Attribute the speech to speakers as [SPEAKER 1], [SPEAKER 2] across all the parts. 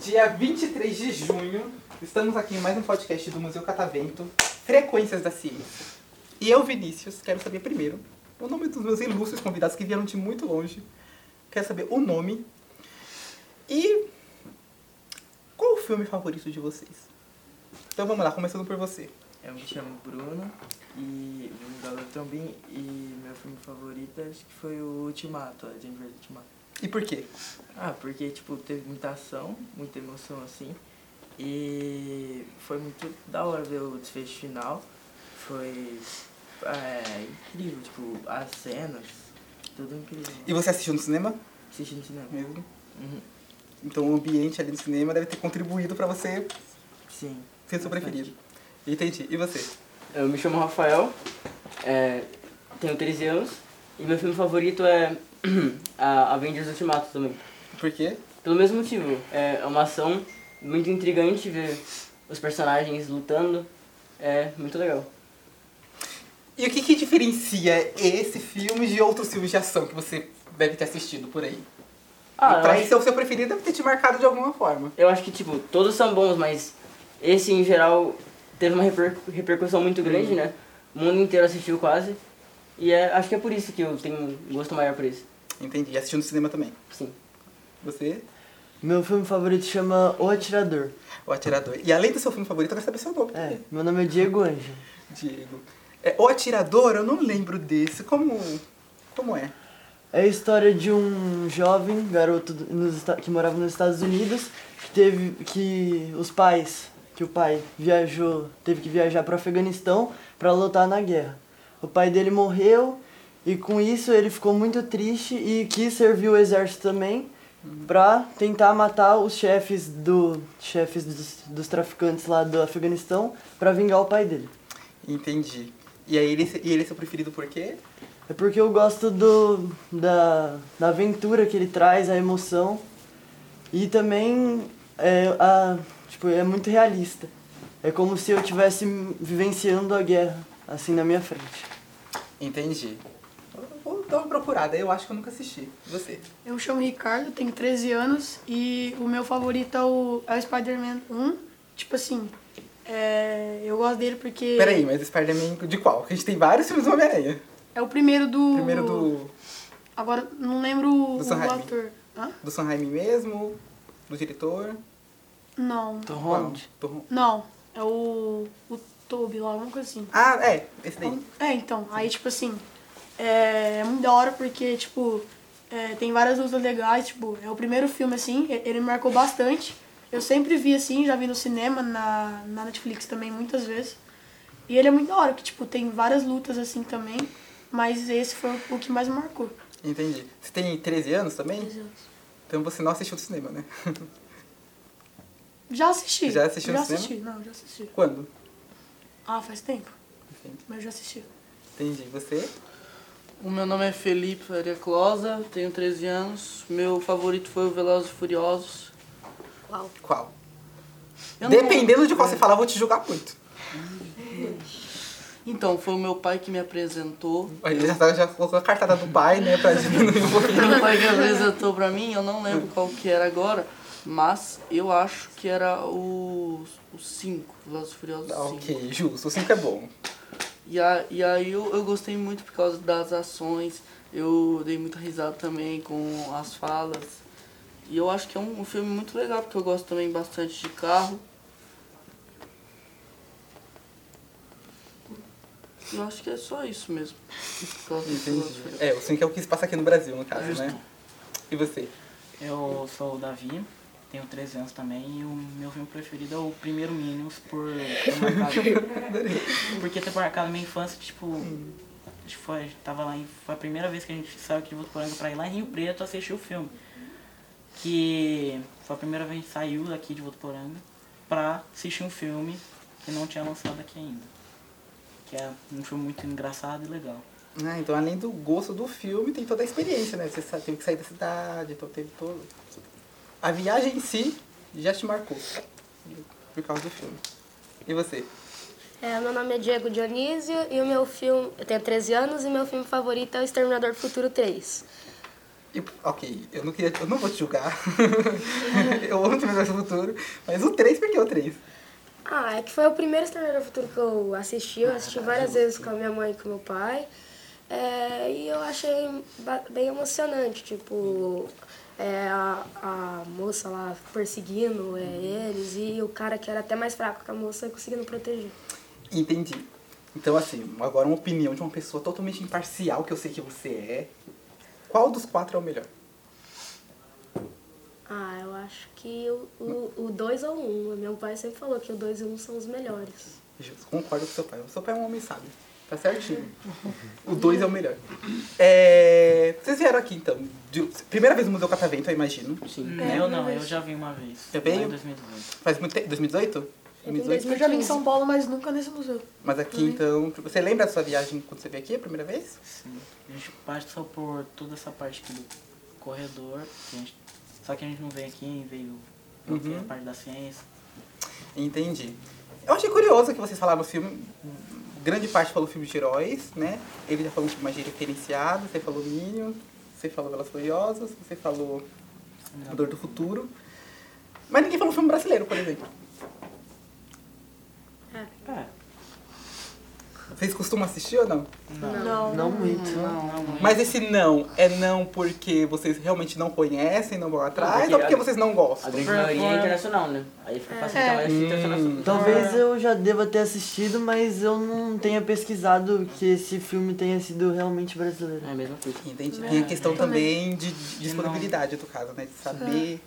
[SPEAKER 1] Dia 23 de junho, estamos aqui em mais um podcast do Museu Catavento, Frequências da Ciência. E eu, Vinícius, quero saber primeiro o nome dos meus ilustres convidados que vieram de muito longe. Quero saber o nome. E qual o filme favorito de vocês? Então vamos lá, começando por você.
[SPEAKER 2] Eu me chamo Bruno e Bruno Galo também e meu filme favorito acho que foi o Ultimato, a Jennifer Ultimato.
[SPEAKER 1] E por quê?
[SPEAKER 2] Ah, porque tipo, teve muita ação, muita emoção assim. E foi muito da hora ver o desfecho final. Foi é, incrível, tipo, as cenas, tudo incrível.
[SPEAKER 1] E você assistiu no cinema
[SPEAKER 2] Assistindo no cinema.
[SPEAKER 1] mesmo?
[SPEAKER 2] Uhum.
[SPEAKER 1] Então o ambiente ali no cinema deve ter contribuído pra você
[SPEAKER 2] Sim.
[SPEAKER 1] ser seu preferido. Entendi. E você?
[SPEAKER 3] Eu me chamo Rafael, é, tenho 13 anos e meu filme favorito é a Avengers Ultimato também.
[SPEAKER 1] Por quê?
[SPEAKER 3] Pelo mesmo motivo, é uma ação muito intrigante ver os personagens lutando, é muito legal.
[SPEAKER 1] E o que, que diferencia esse filme de outros filmes de ação que você deve ter assistido por aí?
[SPEAKER 3] Ah,
[SPEAKER 1] e
[SPEAKER 3] eu
[SPEAKER 1] pra
[SPEAKER 3] acho,
[SPEAKER 1] isso é o seu preferido, deve ter te marcado de alguma forma.
[SPEAKER 3] eu acho que tipo, todos são bons, mas esse em geral teve uma reper- repercussão muito grande, né? O mundo inteiro assistiu quase. E é, acho que é por isso que eu tenho um gosto maior por isso.
[SPEAKER 1] Entendi. E assistiu no cinema também.
[SPEAKER 3] Sim.
[SPEAKER 1] Você,
[SPEAKER 4] Meu filme favorito chama O Atirador.
[SPEAKER 1] o Atirador. E além do seu filme favorito, eu quero saber seu nome.
[SPEAKER 4] É, meu nome é Diego Anjo.
[SPEAKER 1] Diego. É, o Atirador, eu não lembro desse. Como, como é?
[SPEAKER 4] É a história de um jovem garoto do- nos Esta- que morava nos Estados Unidos que teve que os pais, que o pai viajou, teve que viajar para o Afeganistão para lutar na guerra. O pai dele morreu e com isso ele ficou muito triste e quis servir o exército também para tentar matar os chefes do chefes dos, dos traficantes lá do Afeganistão para vingar o pai dele.
[SPEAKER 1] Entendi. E aí ele, e ele é seu preferido por quê?
[SPEAKER 4] É porque eu gosto do, da, da aventura que ele traz, a emoção. E também é, a, tipo, é muito realista. É como se eu estivesse vivenciando a guerra, assim, na minha frente.
[SPEAKER 1] Entendi. Eu Vou dar uma procurada, eu acho que eu nunca assisti. E Você.
[SPEAKER 5] Eu chamo Ricardo, tenho 13 anos e o meu favorito é o, é o Spider-Man 1. Tipo assim, é, eu gosto dele porque
[SPEAKER 1] Peraí, mas Spider-Man de qual? Porque a gente tem vários filmes do Homem-Aranha.
[SPEAKER 5] é o primeiro do.
[SPEAKER 1] Primeiro do,
[SPEAKER 5] Agora, não lembro
[SPEAKER 1] Do
[SPEAKER 5] o
[SPEAKER 1] Sam
[SPEAKER 5] do
[SPEAKER 1] Raimi.
[SPEAKER 5] ator. Hã?
[SPEAKER 1] do Sam Raimi mesmo, do diretor.
[SPEAKER 5] Não.
[SPEAKER 4] Tom
[SPEAKER 1] Qual?
[SPEAKER 4] Holland.
[SPEAKER 1] Do-
[SPEAKER 5] Não. É o. O Toby lá, alguma coisa assim.
[SPEAKER 1] Ah, é, esse daí.
[SPEAKER 5] É, então. Aí, tipo assim, é, é muito da hora porque, tipo, é, tem várias lutas legais, tipo, é o primeiro filme, assim, e- ele me marcou bastante. Eu sempre vi, assim, já vi no cinema, na, na Netflix também, muitas vezes. E ele é muito da hora, que, tipo, tem várias lutas, assim, também. Mas esse foi o que mais me marcou.
[SPEAKER 1] Entendi. Você tem 13 anos também?
[SPEAKER 5] 13 anos.
[SPEAKER 1] Então você não assistiu do cinema, né?
[SPEAKER 5] Já assisti.
[SPEAKER 1] Já assistiu
[SPEAKER 5] Já
[SPEAKER 1] no cinema?
[SPEAKER 5] assisti, não, já assisti.
[SPEAKER 1] Quando?
[SPEAKER 5] Ah, faz tempo.
[SPEAKER 1] Entendi.
[SPEAKER 5] Mas já assisti.
[SPEAKER 1] Entendi. Você?
[SPEAKER 6] O meu nome é Felipe Faria Closa, tenho 13 anos. Meu favorito foi o Velozes e Furiosos.
[SPEAKER 1] Qual?
[SPEAKER 6] Eu não-
[SPEAKER 1] Dependendo de qual você falar, eu vou te julgar muito.
[SPEAKER 6] Então, foi o meu pai que me apresentou.
[SPEAKER 1] Olha, Ele já, tá- já colocou a cartada do pai, né? Pra diminuir um pouquinho.
[SPEAKER 6] Meu pai que apresentou pra mim, eu não lembro qual que era agora, mas eu acho que era o 5, Velozes e Furiosos 5.
[SPEAKER 1] Ah, Ok, justo. O 5 é bom.
[SPEAKER 6] E, a, e aí eu, eu gostei muito por causa das ações, eu dei muita risada também com as falas. E eu acho que é um, um filme muito legal, porque eu gosto também bastante de carro. Eu acho que é só isso mesmo. Gosto de
[SPEAKER 1] Entendi.
[SPEAKER 6] filosofia.
[SPEAKER 1] É, o 5 é o que se passa aqui no Brasil, no caso, né? E você?
[SPEAKER 7] Eu sou o Davi, tenho 13 anos também e o meu filme preferido é o primeiro Minions por ter marcado. porque ter marcado minha infância, tipo. acho que Foi, tava lá em- foi a primeira vez que a gente saiu aqui de Votuporanga pra ir lá em Rio Preto assistir o filme. Que foi a primeira vez que a gente saiu daqui de Votuporanga pra assistir um filme que não tinha lançado aqui ainda. Que é um filme muito engraçado e legal.
[SPEAKER 1] Ah, então além do gosto do filme, tem toda a experiência, né? Você sa- teve que sair da cidade, então teve todo. A viagem em si já te marcou. Por causa do filme. E você?
[SPEAKER 8] É, meu nome é Diego Dionísio e o meu filme. Eu tenho 13 anos e meu filme favorito é O Exterminador do Futuro 3.
[SPEAKER 1] E, ok, eu não, queria, eu não vou te julgar. eu amo Terminator do Futuro, mas o 3, por que o 3?
[SPEAKER 8] Ah, é que foi o primeiro Exterminador do Futuro que eu assisti. Eu assisti várias vezes com a minha mãe e com o meu pai. É, e eu achei ba- bem emocionante, tipo, é, a, a moça lá perseguindo é, eles e o cara que era até mais fraco que a moça conseguindo proteger.
[SPEAKER 1] Entendi. Então, assim, agora uma opinião de uma pessoa totalmente imparcial, que eu sei que você é. Qual dos quatro é o melhor?
[SPEAKER 8] Ah, eu acho que o 2 ou o 1. Um. Meu pai sempre falou que o 2 e o 1 um são os melhores.
[SPEAKER 1] Justo, concordo com o seu pai. O seu pai é um homem sábio. Tá certinho.
[SPEAKER 5] Uhum.
[SPEAKER 1] O 2 é o melhor. É, Vocês vieram aqui, então. de- Primeira vez no Museu Catavento, eu imagino.
[SPEAKER 3] Sim.
[SPEAKER 5] É.
[SPEAKER 7] Hum, Eu não, eu já vi uma vez.
[SPEAKER 1] Eu venho?
[SPEAKER 7] Lá Em 2018.
[SPEAKER 1] Faz muito tempo. 2018?
[SPEAKER 8] Eu tenho
[SPEAKER 5] Eu já vim em São Paulo, mas nunca nesse museu.
[SPEAKER 1] Mas aqui, então... Você lembra da sua viagem quando você veio aqui a primeira vez?
[SPEAKER 7] Sim. A gente passa por toda essa parte aqui do corredor. que a gente- só que a gente não veio aqui, veio veio
[SPEAKER 1] Uhum.
[SPEAKER 7] a parte da ciência.
[SPEAKER 1] Entendi. Eu achei curioso que vocês falaram o filme. Grande parte falou filme de heróis, né? Ele já falou de magia referenciada, você falou Minion, você falou Velas Furiosas, você falou A Dor do Futuro. Mas ninguém falou filme brasileiro, por exemplo.
[SPEAKER 7] É,
[SPEAKER 1] Vocês costumam assistir ou não?
[SPEAKER 3] Hum.
[SPEAKER 5] Não.
[SPEAKER 4] Não muito.
[SPEAKER 7] não, não muito.
[SPEAKER 1] Mas esse não é não porque vocês realmente não conhecem, não vão atrás,
[SPEAKER 3] porque
[SPEAKER 1] ou porque
[SPEAKER 3] a-
[SPEAKER 1] vocês não
[SPEAKER 3] A
[SPEAKER 1] gostam?
[SPEAKER 3] grande maioria é internacional, né? Aí fica fácil então, essa internacional.
[SPEAKER 4] Talvez eu já deva ter assistido, mas eu não tenha pesquisado que esse filme tenha sido realmente brasileiro.
[SPEAKER 3] É a mesma coisa.
[SPEAKER 1] Entendi. Tem a questão também de de disponibilidade do caso, né? De saber.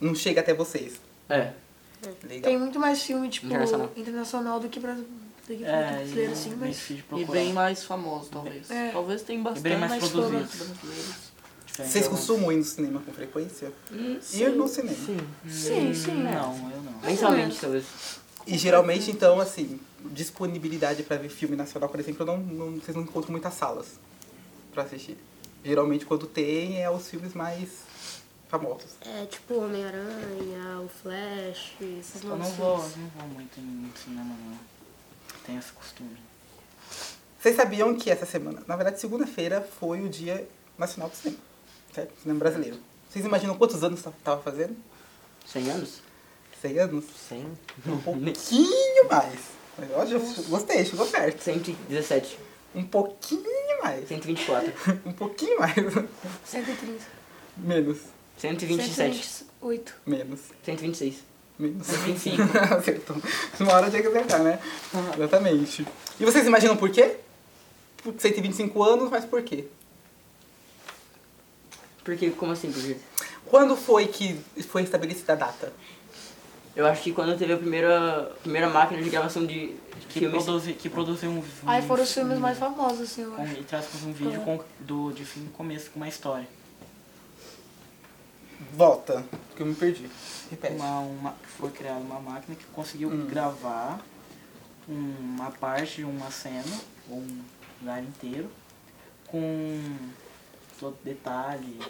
[SPEAKER 1] Não chega até vocês.
[SPEAKER 3] É.
[SPEAKER 1] Legal.
[SPEAKER 5] Tem muito mais filme, tipo,
[SPEAKER 3] Internacional.
[SPEAKER 5] internacional, do que pra- do que
[SPEAKER 7] É, e
[SPEAKER 5] brasileiro, assim,
[SPEAKER 7] meio
[SPEAKER 5] mas...
[SPEAKER 7] difícil de
[SPEAKER 6] E
[SPEAKER 7] procurar.
[SPEAKER 6] bem mais famoso, talvez.
[SPEAKER 5] É.
[SPEAKER 6] Talvez tem bastante,
[SPEAKER 7] bem mais
[SPEAKER 6] mas foram
[SPEAKER 7] produzidos.
[SPEAKER 6] brasileiros.
[SPEAKER 7] Diferente
[SPEAKER 1] Vocês
[SPEAKER 7] do-
[SPEAKER 1] costumam ir no cinema com frequência?
[SPEAKER 5] Sim.
[SPEAKER 1] Ir no cinema.
[SPEAKER 4] Sim.
[SPEAKER 5] Sim, sim. né?
[SPEAKER 7] Não, eu não.
[SPEAKER 3] Mensalmente, talvez.
[SPEAKER 1] E geralmente, então, assim, disponibilidade pra ver filme nacional, por exemplo, eu não, não- vocês não encontram muitas salas pra assistir. Geralmente, quando tem, é os filmes mais famosos.
[SPEAKER 8] É, tipo Homem-Aranha, o Flash, esses
[SPEAKER 7] Eu
[SPEAKER 8] novos
[SPEAKER 7] não vou,
[SPEAKER 8] filmes.
[SPEAKER 7] não vou muito em cinema, não. Tenho esse costume.
[SPEAKER 1] Vocês sabiam que essa semana, na verdade, segunda-feira foi o Dia Nacional do Cinema, certo? Cinema brasileiro. Vocês imaginam quantos anos ta- tava fazendo?
[SPEAKER 3] 100 anos?
[SPEAKER 1] 100 anos?
[SPEAKER 3] 100?
[SPEAKER 1] Um pouquinho mais. Mas, ó, já gostei, chegou perto.
[SPEAKER 3] 117.
[SPEAKER 1] Um pouquinho mais.
[SPEAKER 3] 124.
[SPEAKER 1] Um pouquinho mais.
[SPEAKER 5] 130.
[SPEAKER 1] Menos.
[SPEAKER 3] 127.
[SPEAKER 5] 128.
[SPEAKER 1] Menos.
[SPEAKER 3] 126.
[SPEAKER 1] Menos.
[SPEAKER 3] 125.
[SPEAKER 1] Acertou. Uma hora tinha que acertar, né? Exatamente. E vocês imaginam por quê? Por 125 anos, mas por quê?
[SPEAKER 3] Porque, como assim, por quê?
[SPEAKER 1] Quando foi que foi estabelecida a data?
[SPEAKER 3] Eu acho que quando teve a primeira, primeira máquina de gravação de
[SPEAKER 7] Que,
[SPEAKER 3] filmes.
[SPEAKER 7] produzi, que produziu um vídeo.
[SPEAKER 5] Aí foram os filmes mais famosos, assim, eu acho.
[SPEAKER 7] E traz com um vídeo com, do, de filme começo com uma história.
[SPEAKER 1] Volta, que eu me perdi. Repete.
[SPEAKER 7] Uma, uma, foi criada uma máquina que conseguiu
[SPEAKER 1] Hum.
[SPEAKER 7] gravar uma parte de uma cena, ou um lugar inteiro, com todo detalhe.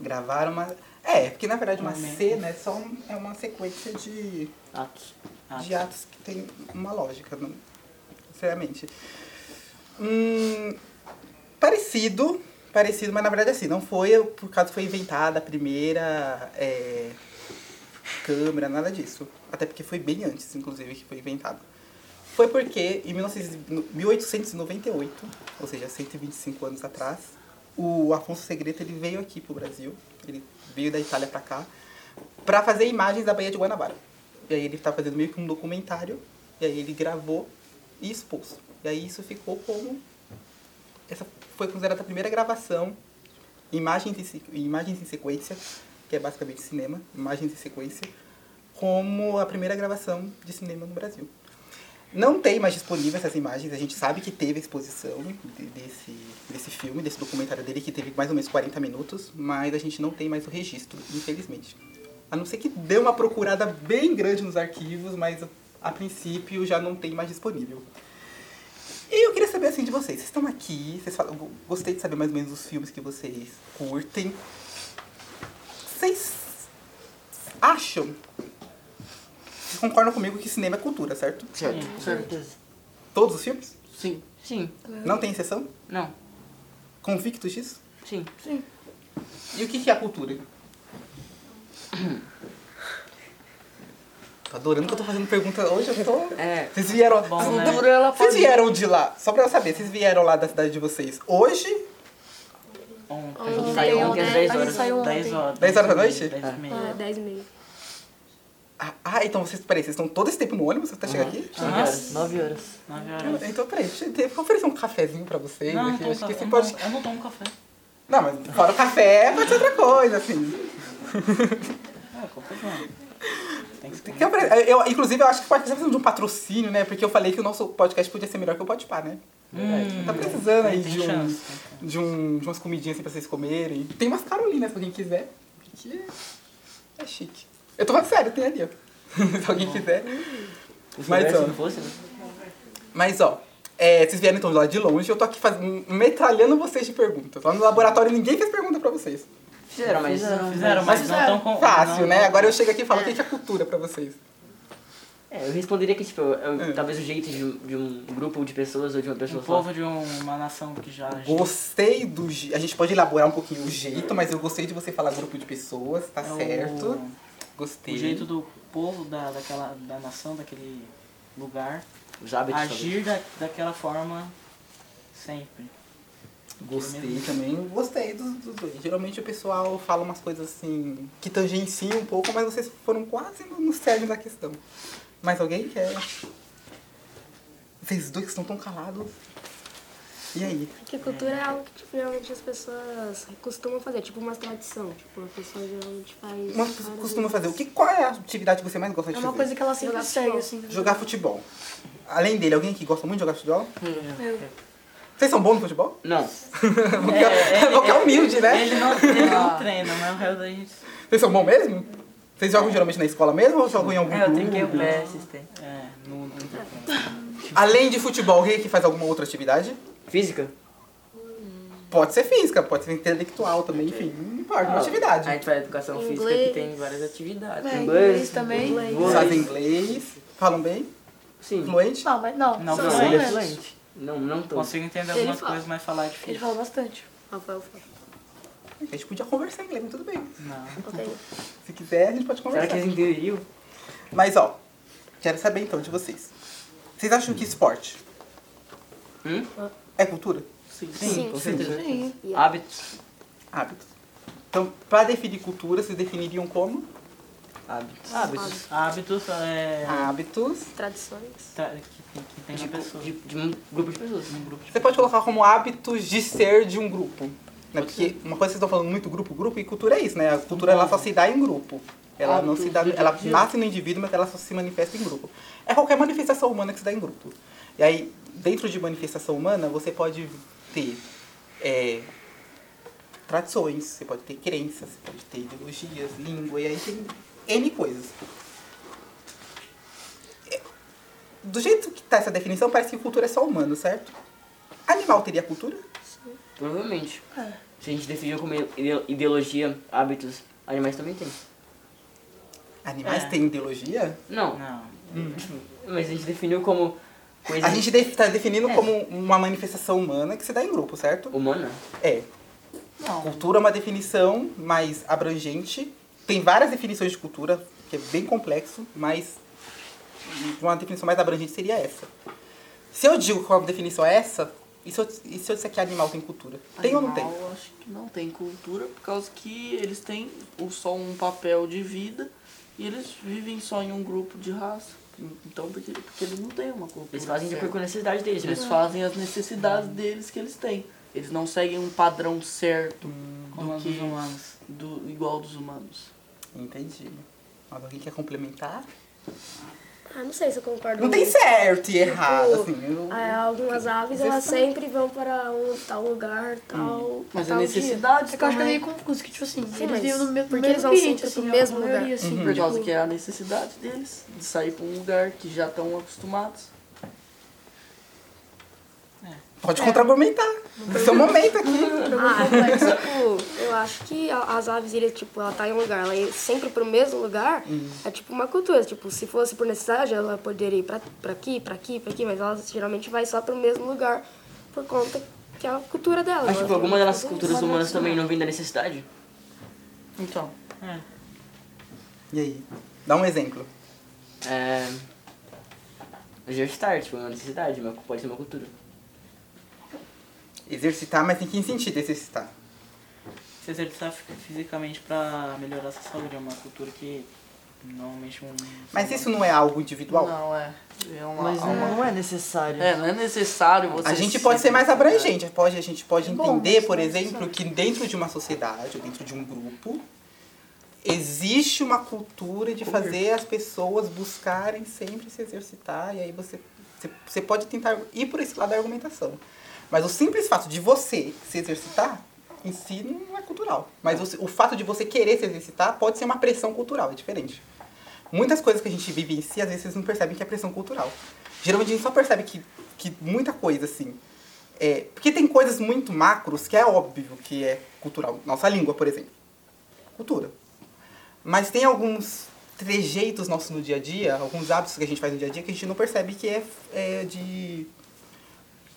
[SPEAKER 1] Gravar uma. É, porque na verdade uma
[SPEAKER 7] Momento.
[SPEAKER 1] cena é só um- é uma sequência de,
[SPEAKER 3] Atos.
[SPEAKER 7] Ah,
[SPEAKER 1] de atos que tem uma lógica, não- sinceramente. Hum, parecido, parecido, mas na verdade assim, não foi, por causa que foi inventada a primeira é, câmera, nada disso. Até porque foi bem antes, inclusive, que foi inventado. Foi porque em 1900 no- 1898, ou seja, 125 anos atrás, o Afonso Segreto ele veio aqui pro Brasil, ele veio da Itália para cá, para fazer imagens da Baía de Guanabara. E aí ele tá fazendo meio que um documentário, e aí ele gravou e expôs. E aí isso ficou como essa foi considerada a primeira gravação imagens em, se- imagens em sequência, que é basicamente cinema, imagens em sequência, como a primeira gravação de cinema no Brasil. Não tem mais disponível essas imagens, a gente sabe que teve a exposição de- desse, desse filme, desse documentário dele, que teve mais ou menos 40 minutos, mas a gente não tem mais o registro, infelizmente. A não ser que dê uma procurada bem grande nos arquivos, mas a princípio já não tem mais disponível. E eu queria saber assim de vocês, vocês estão aqui, vocês falam, go- gostei de saber mais ou menos os filmes que vocês curtem. Vocês acham concordam comigo que cinema é cultura, certo?
[SPEAKER 6] Certo. Certo.
[SPEAKER 4] certeza.
[SPEAKER 1] Todos os filmes?
[SPEAKER 6] Sim.
[SPEAKER 3] Sim.
[SPEAKER 1] Não tem exceção?
[SPEAKER 3] Não.
[SPEAKER 1] Convictos disso?
[SPEAKER 3] Sim.
[SPEAKER 1] E o que que é a cultura? Tô adorando que eu tô fazendo pergunta hoje, eu tô...
[SPEAKER 3] É.
[SPEAKER 1] Vocês vieram...
[SPEAKER 7] Bom,
[SPEAKER 1] vocês-
[SPEAKER 7] né?
[SPEAKER 6] Cultura, ela
[SPEAKER 1] Vocês
[SPEAKER 6] pode...
[SPEAKER 1] vieram de lá, só pra eu saber, vocês vieram lá da cidade de vocês hoje?
[SPEAKER 7] On-
[SPEAKER 8] Ontem,
[SPEAKER 7] a gente
[SPEAKER 3] saiu
[SPEAKER 7] saiu
[SPEAKER 3] ontem,
[SPEAKER 7] ontem às
[SPEAKER 3] a
[SPEAKER 7] 10
[SPEAKER 3] gente
[SPEAKER 7] horas.
[SPEAKER 5] saiu
[SPEAKER 7] 10
[SPEAKER 5] ontem.
[SPEAKER 7] horas.
[SPEAKER 1] 10 horas da noite?
[SPEAKER 7] 10 e meia.
[SPEAKER 8] É, 10 e meio.
[SPEAKER 1] Ah, ah, então vocês, peraí, vocês estão todo esse tempo no ônibus até
[SPEAKER 7] É.
[SPEAKER 1] chegar aqui?
[SPEAKER 4] Nove horas. Nove horas.
[SPEAKER 7] 9
[SPEAKER 1] Eu-
[SPEAKER 7] horas.
[SPEAKER 1] Então, peraí, deixa eu deixa eu oferecer um cafezinho pra vocês
[SPEAKER 7] É. Não, não
[SPEAKER 1] aqui. Eu
[SPEAKER 7] tomo
[SPEAKER 1] acho que
[SPEAKER 7] café.
[SPEAKER 1] esse
[SPEAKER 7] Eu
[SPEAKER 1] pode...
[SPEAKER 7] não- Eu não tomo café.
[SPEAKER 1] Não, mas fora o café, pode ser outra coisa, assim.
[SPEAKER 7] É, confusão. Tem que
[SPEAKER 1] Tem que apre- eu, inclusive, eu acho que pode precisar de um patrocínio, né? Porque eu falei que o nosso podcast podia ser melhor que o Podpah, né?
[SPEAKER 7] Hum,
[SPEAKER 1] Tá precisando aí
[SPEAKER 7] tem
[SPEAKER 1] de, um,
[SPEAKER 7] chance.
[SPEAKER 1] de, um, de umas comidinhas assim pra vocês comerem. Tem umas carolinas pra quem quiser. Que é chique. Eu tô falando sério, tem ali, ó. Se alguém quiser. Mas,
[SPEAKER 3] se
[SPEAKER 1] ó,
[SPEAKER 3] não fosse, né?
[SPEAKER 1] mas, ó é, vocês vieram então lá de longe, eu tô aqui faz... metralhando vocês de perguntas. Lá no laboratório ninguém fez pergunta pra vocês.
[SPEAKER 3] Fizeram, mas.
[SPEAKER 7] Fizeram, mas
[SPEAKER 5] é
[SPEAKER 7] não então, tão com.
[SPEAKER 1] Fácil,
[SPEAKER 7] não-
[SPEAKER 1] né? Agora eu chego aqui e falo, o que que é cultura pra vocês?
[SPEAKER 3] É, eu responderia que, tipo, eu-
[SPEAKER 1] É.
[SPEAKER 3] talvez o jeito de, um- de um grupo de pessoas ou de uma pessoa
[SPEAKER 7] Um
[SPEAKER 3] só.
[SPEAKER 7] povo de um- uma nação que já.
[SPEAKER 1] Gostei do. je- A gente pode elaborar um pouquinho o jeito, mas eu gostei de você falar grupo de pessoas, tá
[SPEAKER 7] é o-
[SPEAKER 1] certo?
[SPEAKER 7] O
[SPEAKER 1] Gostei.
[SPEAKER 7] jeito do povo, da, daquela, da nação, daquele lugar,
[SPEAKER 3] Os hábitos. talvez.
[SPEAKER 7] agir da, daquela forma sempre.
[SPEAKER 1] Gostei também. Gostei dos dos dois. Geralmente o pessoal fala umas coisas assim que tangenciam um pouco, mas vocês foram quase no no cerne da questão. Mas alguém quer? Vocês dois que estão tão calados. E aí?
[SPEAKER 8] Porque cultura é algo que tipo, geralmente as pessoas costumam fazer, tipo uma tradição. Tipo, a pessoa geralmente faz.
[SPEAKER 1] Uma
[SPEAKER 8] várias
[SPEAKER 1] costuma
[SPEAKER 8] vezes.
[SPEAKER 1] fazer o que? Qual é a atividade que você mais gosta de
[SPEAKER 5] É
[SPEAKER 1] fazer?
[SPEAKER 5] uma coisa que ela sempre
[SPEAKER 8] Jogar
[SPEAKER 5] segue,
[SPEAKER 8] futebol.
[SPEAKER 5] assim.
[SPEAKER 1] Jogar futebol. Além dele, alguém que gosta muito de jogar futebol?
[SPEAKER 5] Eu.
[SPEAKER 1] Vocês são bons no futebol?
[SPEAKER 3] Não.
[SPEAKER 1] Porque é humilde, né?
[SPEAKER 7] Ele não, ele não treina, mas o resto da gente.
[SPEAKER 1] Vocês são bons mesmo? Vocês jogam geralmente na escola mesmo ou jogam em algum
[SPEAKER 2] É, eu
[SPEAKER 1] clube?
[SPEAKER 2] tenho que ver esses tempos.
[SPEAKER 7] É, não, não tem como.
[SPEAKER 1] Além de futebol, alguém que faz alguma outra atividade?
[SPEAKER 3] Física?
[SPEAKER 1] Pode ser física, pode ser intelectual também, enfim, não importa, uma
[SPEAKER 3] Ah,
[SPEAKER 1] atividade.
[SPEAKER 2] A gente faz educação física que tem várias atividades.
[SPEAKER 5] É,
[SPEAKER 3] Inglês,
[SPEAKER 5] inglês também.
[SPEAKER 3] vôlei.
[SPEAKER 1] Fazem inglês, falam bem,
[SPEAKER 3] Sim.
[SPEAKER 1] fluente.
[SPEAKER 5] Não, mas não.
[SPEAKER 7] Não,
[SPEAKER 5] só
[SPEAKER 7] não,
[SPEAKER 5] só
[SPEAKER 7] ele é
[SPEAKER 5] menos.
[SPEAKER 4] Excelente.
[SPEAKER 3] Não, não tô.
[SPEAKER 7] Consigo entender
[SPEAKER 8] Ele
[SPEAKER 7] algumas
[SPEAKER 8] fala.
[SPEAKER 7] coisas, mas falar é
[SPEAKER 5] Ele
[SPEAKER 7] difícil.
[SPEAKER 5] fala bastante.
[SPEAKER 8] Rafael fala.
[SPEAKER 1] A gente podia conversar em inglês, mas tudo bem.
[SPEAKER 7] Não.
[SPEAKER 8] Ok.
[SPEAKER 1] Se quiser, a gente pode
[SPEAKER 3] Será
[SPEAKER 1] conversar.
[SPEAKER 3] que eles entenderiam?
[SPEAKER 1] Mas ó, quero saber então de vocês. Vocês acham que esporte
[SPEAKER 3] Hum?
[SPEAKER 1] é cultura?
[SPEAKER 3] Sim, com certeza.
[SPEAKER 5] Sim.
[SPEAKER 3] Hábitos.
[SPEAKER 1] Hábitos. Então, pra definir cultura, vocês definiriam como?
[SPEAKER 3] Hábitos.
[SPEAKER 1] Hábitos.
[SPEAKER 7] Hábitos é.
[SPEAKER 1] Hábitos.
[SPEAKER 8] Tradições.
[SPEAKER 7] tá- que tem, que tem na pessoa.
[SPEAKER 3] De, de um grupo de pessoas.
[SPEAKER 7] Num grupo de
[SPEAKER 1] Você pode colocar como hábitos de ser de um grupo. Né? Porque uma coisa que vocês estão falando muito grupo, grupo, e cultura é isso, né? A cultura ela só se dá em grupo. Ela não se dá, ela nasce no indivíduo, mas ela só se manifesta em grupo. É qualquer manifestação humana que se dá em grupo. E aí, dentro de manifestação humana, você pode ter é, tradições, você pode ter crenças, você pode ter ideologias, língua, e aí tem N coisas. É, Do jeito que tá essa definição, parece que cultura é só humano, certo? Animal teria cultura?
[SPEAKER 3] Provavelmente. Se a gente definiu como ide- ideologia, hábitos, animais também tem.
[SPEAKER 1] Animais
[SPEAKER 7] É.
[SPEAKER 1] têm ideologia?
[SPEAKER 3] Não,
[SPEAKER 7] Não.
[SPEAKER 3] mas a gente definiu como coisa
[SPEAKER 1] A gente está definindo
[SPEAKER 3] É.
[SPEAKER 1] como uma manifestação humana que se dá em grupo, certo?
[SPEAKER 3] humana.
[SPEAKER 1] É. Cultura é uma definição mais abrangente. Tem várias definições de cultura, que é bem complexo, mas uma definição mais abrangente seria essa. Se eu digo que uma definição é essa, e se eu, e se eu disser que animal tem cultura? Tem ou não tem?
[SPEAKER 6] Animal, acho que não tem cultura, por causa que eles têm o- só um papel de vida e eles vivem só em um grupo de raça. Então, porque, porque eles não têm uma cultura.
[SPEAKER 3] Eles fazem de
[SPEAKER 6] certa.
[SPEAKER 3] acordo com a necessidade deles, né?
[SPEAKER 6] Eles fazem as necessidades deles que eles têm. Eles não seguem um padrão certo
[SPEAKER 7] Como
[SPEAKER 6] que-
[SPEAKER 7] os humanos.
[SPEAKER 6] do igual dos humanos.
[SPEAKER 1] Entendi. Mas alguém quer complementar?
[SPEAKER 8] Ah, não sei se eu concordo.
[SPEAKER 1] Não tem
[SPEAKER 8] muito.
[SPEAKER 1] certo e errado,
[SPEAKER 8] Tipo,
[SPEAKER 1] assim. eu-
[SPEAKER 8] É, algumas aves, elas sempre vão para um tal lugar, tal.
[SPEAKER 6] Mas a
[SPEAKER 8] tal dia.
[SPEAKER 6] necessidade
[SPEAKER 5] É que eu acho que é
[SPEAKER 6] também,
[SPEAKER 5] meio confuso, que tipo assim,
[SPEAKER 8] Sim,
[SPEAKER 5] eles
[SPEAKER 8] mas
[SPEAKER 5] vivem no me-
[SPEAKER 8] porque
[SPEAKER 5] mesmo
[SPEAKER 8] eles vão
[SPEAKER 5] ambiente,
[SPEAKER 8] sempre
[SPEAKER 5] assim,
[SPEAKER 8] pro
[SPEAKER 5] a
[SPEAKER 8] mesmo
[SPEAKER 5] maioria,
[SPEAKER 8] lugar.
[SPEAKER 5] assim,
[SPEAKER 6] por causa
[SPEAKER 5] tipo,
[SPEAKER 6] que é a necessidade deles de sair para um lugar que já estão acostumados.
[SPEAKER 1] Pode contra-argumentar. É seu momento aqui.
[SPEAKER 8] Ah, mas, tipo, eu acho que a- as aves, ele, tipo, ela tá em um lugar, ela ir sempre pro mesmo lugar, é tipo uma cultura. Tipo, se fosse por necessidade, ela poderia ir pra, pra aqui, pra aqui, pra aqui, mas ela geralmente vai só pro mesmo lugar por conta que é a cultura dela.
[SPEAKER 3] Mas, tipo,
[SPEAKER 8] Ela
[SPEAKER 3] alguma
[SPEAKER 8] tem
[SPEAKER 3] das
[SPEAKER 8] que fazer
[SPEAKER 3] culturas
[SPEAKER 8] isso.
[SPEAKER 3] humanas também não vem da necessidade?
[SPEAKER 7] Então, é.
[SPEAKER 1] E aí? Dá um exemplo.
[SPEAKER 3] É... Gestar, tipo, é uma necessidade, mas pode ser uma cultura.
[SPEAKER 1] Exercitar, mas em que sentido exercitar?
[SPEAKER 7] Se exercitar é fi- fisicamente pra melhorar a sua saúde é uma cultura que normalmente um- não.
[SPEAKER 1] Mas isso não é algo individual?
[SPEAKER 6] Não, é. É uma,
[SPEAKER 4] Mas não,
[SPEAKER 6] uma-
[SPEAKER 4] não é necessário.
[SPEAKER 6] É, não é necessário você.
[SPEAKER 1] A gente pode
[SPEAKER 6] se-
[SPEAKER 1] ser mais abrangente, pode, a gente pode
[SPEAKER 5] bom,
[SPEAKER 1] entender,
[SPEAKER 5] mas
[SPEAKER 1] por
[SPEAKER 5] não é
[SPEAKER 1] exemplo, que dentro de uma sociedade, ou dentro de um grupo, existe uma cultura de fazer as pessoas buscarem sempre se exercitar, e aí você, você, você pode tentar ir por esse lado da argumentação. Mas o simples fato de você se exercitar em si não é cultural. Mas o, o fato de você querer se exercitar pode ser uma pressão cultural, é diferente. Muitas coisas que a gente vive em si, às vezes vocês não percebem que é pressão cultural. Geralmente a gente só percebe que, que muita coisa, assim. é, porque tem coisas muito macros que é óbvio que é cultural. Nossa língua, por exemplo. Cultura. Mas tem alguns trejeitos nossos no dia a dia, alguns hábitos que a gente faz no dia a dia que a gente não percebe que é, é de.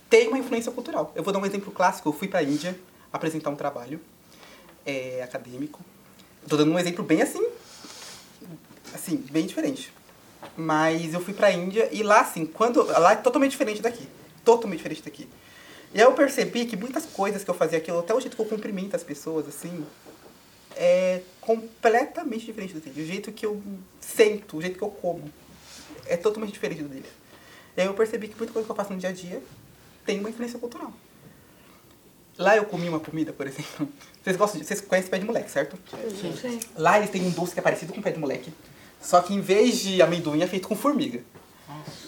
[SPEAKER 1] tem uma influência cultural. Eu vou dar um exemplo clássico. Eu fui pra Índia apresentar um trabalho é, acadêmico. Eu tô dando um exemplo bem assim, assim, bem diferente. Mas eu fui pra Índia e lá, assim, quando. Lá é totalmente diferente daqui. Totalmente diferente daqui. E aí eu percebi que muitas coisas que eu fazia aqui, até o jeito que eu cumprimento as pessoas, assim, é completamente diferente do dele. O jeito que eu sento, o jeito que eu como, é totalmente diferente do dele. E aí eu percebi que muita coisa que eu faço no dia a dia tem uma influência cultural. Lá eu comi uma comida, por exemplo. Vocês gostam de. Vocês conhecem pé de moleque, certo? Lá eles têm um doce que é parecido com pé de moleque. Só que em vez de amendoim é feito com formiga.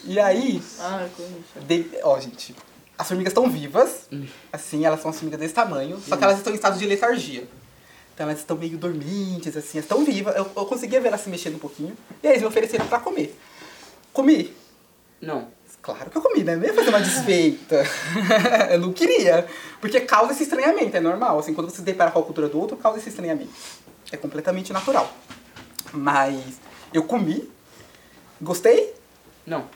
[SPEAKER 1] E aí,
[SPEAKER 6] Ah, eu conheço.
[SPEAKER 1] de- ó, gente, as formigas estão vivas, assim, elas são as formigas desse tamanho, só que elas estão em estado de letargia. Então elas estão meio dormentes, assim, elas estão vivas. Eu, eu conseguia ver elas se mexendo um pouquinho. E aí eles me ofereceram pra comer. Comi.
[SPEAKER 3] Não.
[SPEAKER 1] Claro que eu comi, né? Eu não ia fazer uma desfeita. eu não queria. Porque causa esse estranhamento, é normal. Assim, quando você se depara com a cultura do outro, causa esse estranhamento. É completamente natural. Mas eu comi, gostei,
[SPEAKER 3] Não.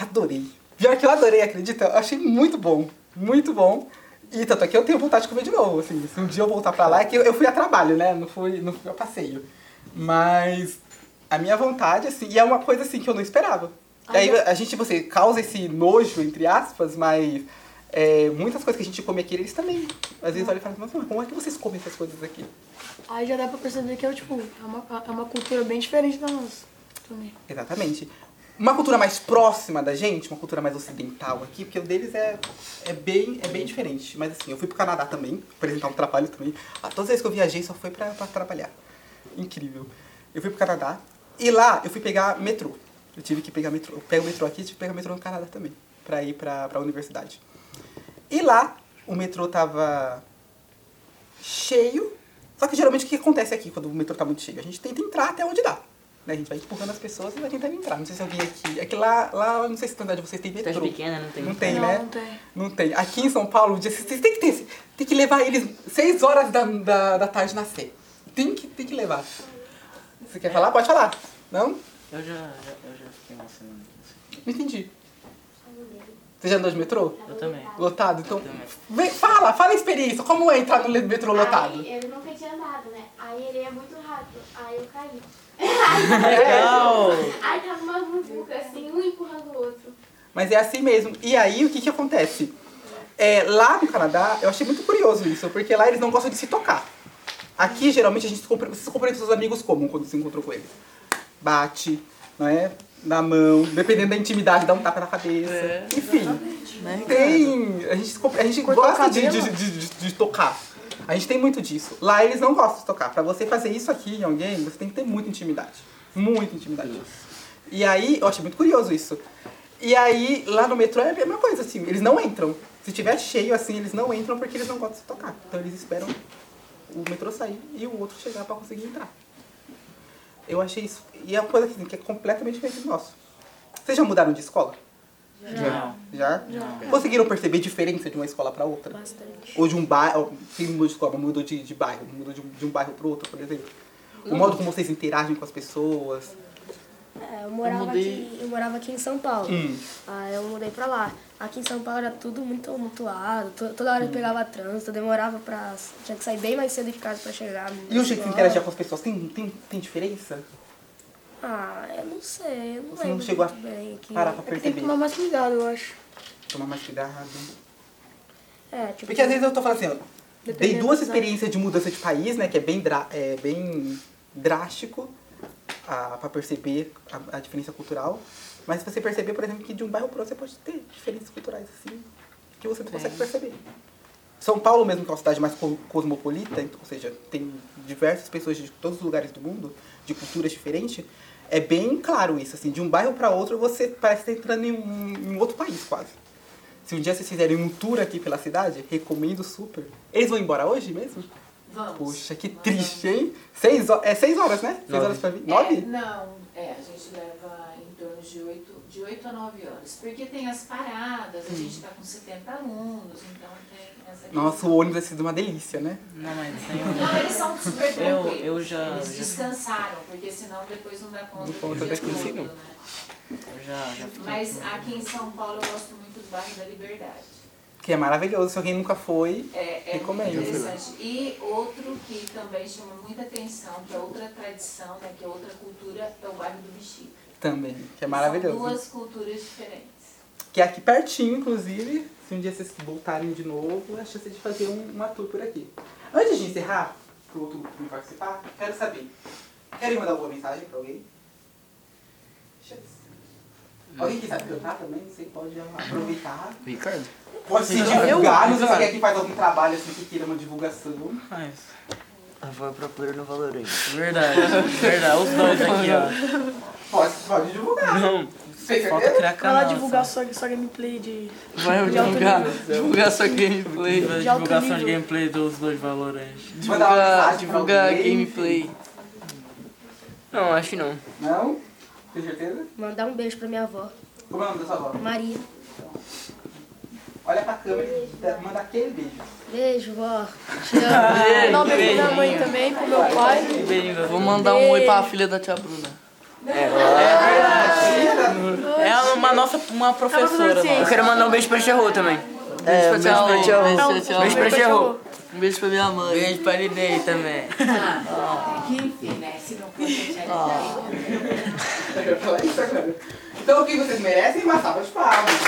[SPEAKER 1] adorei. Pior que eu adorei, acredita? Eu achei muito bom. Muito bom. E tanto é que eu tenho vontade de comer de novo, assim. Se um dia eu voltar pra lá, é que eu, eu fui a trabalho, né? Não fui, não fui a passeio. Mas a minha vontade, assim, e é uma coisa assim que eu não esperava. E aí a gente, você causa esse nojo, entre aspas, mas é, muitas coisas que a gente come aqui, eles também. Às vezes olham e falam, mas mano, como é que vocês comem essas coisas aqui?
[SPEAKER 5] Aí já dá pra perceber que é, tipo, é uma, é uma cultura bem diferente da nossa também. É
[SPEAKER 1] Exatamente. Uma cultura mais próxima da gente, uma cultura mais ocidental aqui, porque o deles é, é, bem, é bem diferente. Mas assim, eu fui pro Canadá também, apresentar um trabalho também. Ah, todas as vezes que eu viajei só foi pra, pra trabalhar. Incrível. Eu fui pro Canadá e lá eu fui pegar metrô. Eu tive que pegar metrô. Eu pego metrô aqui, tive que pegar metrô no Canadá também, pra ir pra, pra universidade. E lá o metrô tava cheio. Só que geralmente o que acontece aqui quando o metrô tá muito cheio? A gente tenta entrar até onde dá. Né? A gente vai empurrando as pessoas e vai tentando entrar. Não sei se alguém aqui. É que lá, lá eu não sei se na cidade de vocês tem
[SPEAKER 3] Cidade
[SPEAKER 1] metrô.
[SPEAKER 3] pequena, não tem.
[SPEAKER 1] Não tem,
[SPEAKER 5] não,
[SPEAKER 1] né?
[SPEAKER 5] não tem.
[SPEAKER 1] Não tem. Aqui em São Paulo, um dia, vocês vocês têm que ter. esse- Tem que levar eles 6 horas da, da, da tarde na Sé. Tem que, tem que levar. Você quer falar? Pode falar. Não?
[SPEAKER 7] Eu já, já, eu já fiquei emocionado.
[SPEAKER 1] Não entendi. Você já andou de metrô?
[SPEAKER 7] Eu também.
[SPEAKER 1] Lotado? Então, vem, fala, fala a experiência. Como é entrar no le- metrô lotado?
[SPEAKER 9] Aí, eu nunca tinha andado, né? Aí ele é muito rápido, aí eu caí.
[SPEAKER 4] Legal!
[SPEAKER 9] Aí tava uma muvuca, assim, um empurrando o outro.
[SPEAKER 1] Mas é assim mesmo. E aí, o que que acontece? É, lá no Canadá, eu achei muito curioso isso, porque lá eles não gostam de se tocar. Aqui, geralmente, a gente se compre- se cumprimenta com seus amigos como quando se encontrou com eles? Bate, né? Na mão, dependendo da intimidade, dá um tapa na cabeça. Enfim, tem... A gente, se compre- a gente gosta de, de, de- de- de tocar. A gente tem muito disso. Lá eles não gostam de tocar. Pra você fazer isso aqui em alguém, você tem que ter muita intimidade. Muita intimidade. E aí, eu achei muito curioso isso. E aí, lá no metrô é a mesma coisa, assim, eles não entram. Se tiver cheio, assim, eles não entram porque eles não gostam de tocar. Então eles esperam o metrô sair e o outro chegar pra conseguir entrar. Eu achei isso. E é uma coisa assim, que é completamente diferente do nosso. Vocês já mudaram de escola?
[SPEAKER 7] Já.
[SPEAKER 1] Já?
[SPEAKER 7] Já.
[SPEAKER 1] Conseguiram perceber diferença de uma escola pra outra?
[SPEAKER 8] Bastante.
[SPEAKER 1] Ou de um bairro, quem mudou de escola, mudou de, de bairro, mudou de, um- de um bairro pro outro, por exemplo? O modo como vocês interagem com as pessoas.
[SPEAKER 8] É, eu, morava
[SPEAKER 6] mudei.
[SPEAKER 8] aqui, eu morava aqui em São Paulo.
[SPEAKER 1] Hum.
[SPEAKER 8] Aí eu mudei pra lá. Aqui em São Paulo era tudo muito mutuado. to- Toda hora eu pegava trânsito, eu demorava pra. Tinha que sair bem mais cedo de casa pra chegar. Assim, na
[SPEAKER 1] E o jeito de
[SPEAKER 8] escola.
[SPEAKER 1] interagir com as pessoas, tem, tem, tem diferença?
[SPEAKER 8] Ah, eu não sei, eu não
[SPEAKER 1] Você não
[SPEAKER 8] lembro
[SPEAKER 1] chegou a
[SPEAKER 8] muito bem aqui.
[SPEAKER 1] Parar pra
[SPEAKER 5] É que tem
[SPEAKER 1] perceber.
[SPEAKER 5] que tomar mais cuidado, eu acho.
[SPEAKER 1] Tomar mais cuidado.
[SPEAKER 8] É, tipo,
[SPEAKER 1] Porque às vezes eu tô falando assim, ó, dei
[SPEAKER 8] Dependendo
[SPEAKER 1] duas
[SPEAKER 8] dos
[SPEAKER 1] experiências de mudança de país, né, que é bem, drá- é, bem drástico a, pra perceber a, a diferença cultural. Mas você perceber, por exemplo, que de um bairro pro outro você pode ter diferenças culturais assim, que você não consegue perceber. São Paulo mesmo, que é uma cidade mais co- cosmopolita, então, ou seja, tem diversas pessoas de todos os lugares do mundo, de culturas diferentes, é bem claro isso, assim, de um bairro para outro você parece estar entrando em um, em um outro país quase. Se um dia vocês fizerem um tour aqui pela cidade, recomendo super. Eles vão embora hoje mesmo?
[SPEAKER 10] Vamos.
[SPEAKER 1] Poxa, que triste, hein? Seis, ho- é seis horas, né? Seis
[SPEAKER 3] Nove.
[SPEAKER 1] horas pra vir.
[SPEAKER 10] É,
[SPEAKER 1] Nove?
[SPEAKER 10] não, é, a gente leva em torno de 8, de oito a 9 horas. Porque tem as paradas, a gente tá com 70 alunos, então tem essa
[SPEAKER 1] Hum. Nossa, um o ônibus vai ser uma delícia, né?
[SPEAKER 7] Não, mas tem
[SPEAKER 10] Não, eles são super
[SPEAKER 7] Eu-
[SPEAKER 10] tranquilos.
[SPEAKER 7] eu já-
[SPEAKER 10] Eles
[SPEAKER 7] já-
[SPEAKER 10] descansaram, porque senão depois não dá conta
[SPEAKER 1] Não conta
[SPEAKER 10] do dia
[SPEAKER 1] daquilo,
[SPEAKER 10] todo,
[SPEAKER 1] sim.
[SPEAKER 10] né?
[SPEAKER 7] um. Eu já, já fiquei.
[SPEAKER 10] Mas aqui em São Paulo eu gosto muito do bairro da Liberdade.
[SPEAKER 1] Que é maravilhoso. Se alguém nunca foi,
[SPEAKER 10] É, é muito
[SPEAKER 1] Recomendo.
[SPEAKER 10] interessante. E outro que também chama muita atenção, que é outra tradição, né, que é outra cultura, é o bairro do Bexiga.
[SPEAKER 1] também. Que é
[SPEAKER 10] São
[SPEAKER 1] maravilhoso.
[SPEAKER 10] duas culturas diferentes.
[SPEAKER 1] Que é aqui pertinho, inclusive. Se um dia vocês voltarem de novo, a chance de fazer um, uma tour por aqui. Antes de encerrar, pro outro grupo me participar, quero saber. Querem mandar alguma mensagem pra alguém? Deixa eu ver. Alguém que sabe cantar também, você pode aproveitar.
[SPEAKER 3] Ricardo?
[SPEAKER 1] Pode se divulgar, não sei se alguém aqui faz algum trabalho assim que queira uma divulgação.
[SPEAKER 7] Mas,
[SPEAKER 4] A vó é pro player no Valorant.
[SPEAKER 2] Verdade, verdade. Os dois aqui, ó.
[SPEAKER 1] Pode, pode divulgar. Não. Tem
[SPEAKER 7] Falta
[SPEAKER 1] certeza?
[SPEAKER 7] criar
[SPEAKER 5] Vai lá
[SPEAKER 7] canal.
[SPEAKER 5] divulgar
[SPEAKER 7] só.
[SPEAKER 5] sua, sua gameplay de.
[SPEAKER 6] Vai
[SPEAKER 5] De alto
[SPEAKER 6] divulgar,
[SPEAKER 5] nível.
[SPEAKER 6] divulgar sua gameplay.
[SPEAKER 7] Vai
[SPEAKER 5] de alto
[SPEAKER 7] Divulgação de
[SPEAKER 5] nível.
[SPEAKER 7] gameplay dos dois Valorant.
[SPEAKER 1] Mandar uma
[SPEAKER 6] Divulgar,
[SPEAKER 1] mensagem pra
[SPEAKER 6] divulgar
[SPEAKER 1] alguém.
[SPEAKER 6] gameplay.
[SPEAKER 3] Não, acho que não.
[SPEAKER 1] Não? Tem certeza?
[SPEAKER 8] mandar um beijo pra minha avó,
[SPEAKER 1] Como é o nome da sua avó?
[SPEAKER 8] Maria.
[SPEAKER 1] Olha pra câmera e dá- manda aquele beijo.
[SPEAKER 8] Beijo, vó. Te amo.
[SPEAKER 5] Mandar um beijo pra minha mãe também, pro meu pai.
[SPEAKER 6] Vou mandar um oi pra filha da tia Bruna.
[SPEAKER 2] É uma nossa uma professora, mano.
[SPEAKER 3] Eu quero mandar um beijo pra Xerro também.
[SPEAKER 6] Beijo pra tia
[SPEAKER 4] beijo
[SPEAKER 6] Lu,
[SPEAKER 4] pra
[SPEAKER 6] É, beijo
[SPEAKER 3] Beijo
[SPEAKER 6] pra tia
[SPEAKER 3] pra
[SPEAKER 6] Lu.
[SPEAKER 3] Xerro.
[SPEAKER 6] Um beijo pra minha mãe.
[SPEAKER 2] Beijo pra Lidei também.
[SPEAKER 10] Que enfim, né? Se não for deixar ele daí.
[SPEAKER 1] Eu ia falar isso agora. Então o que vocês merecem? Uma salva de palmas.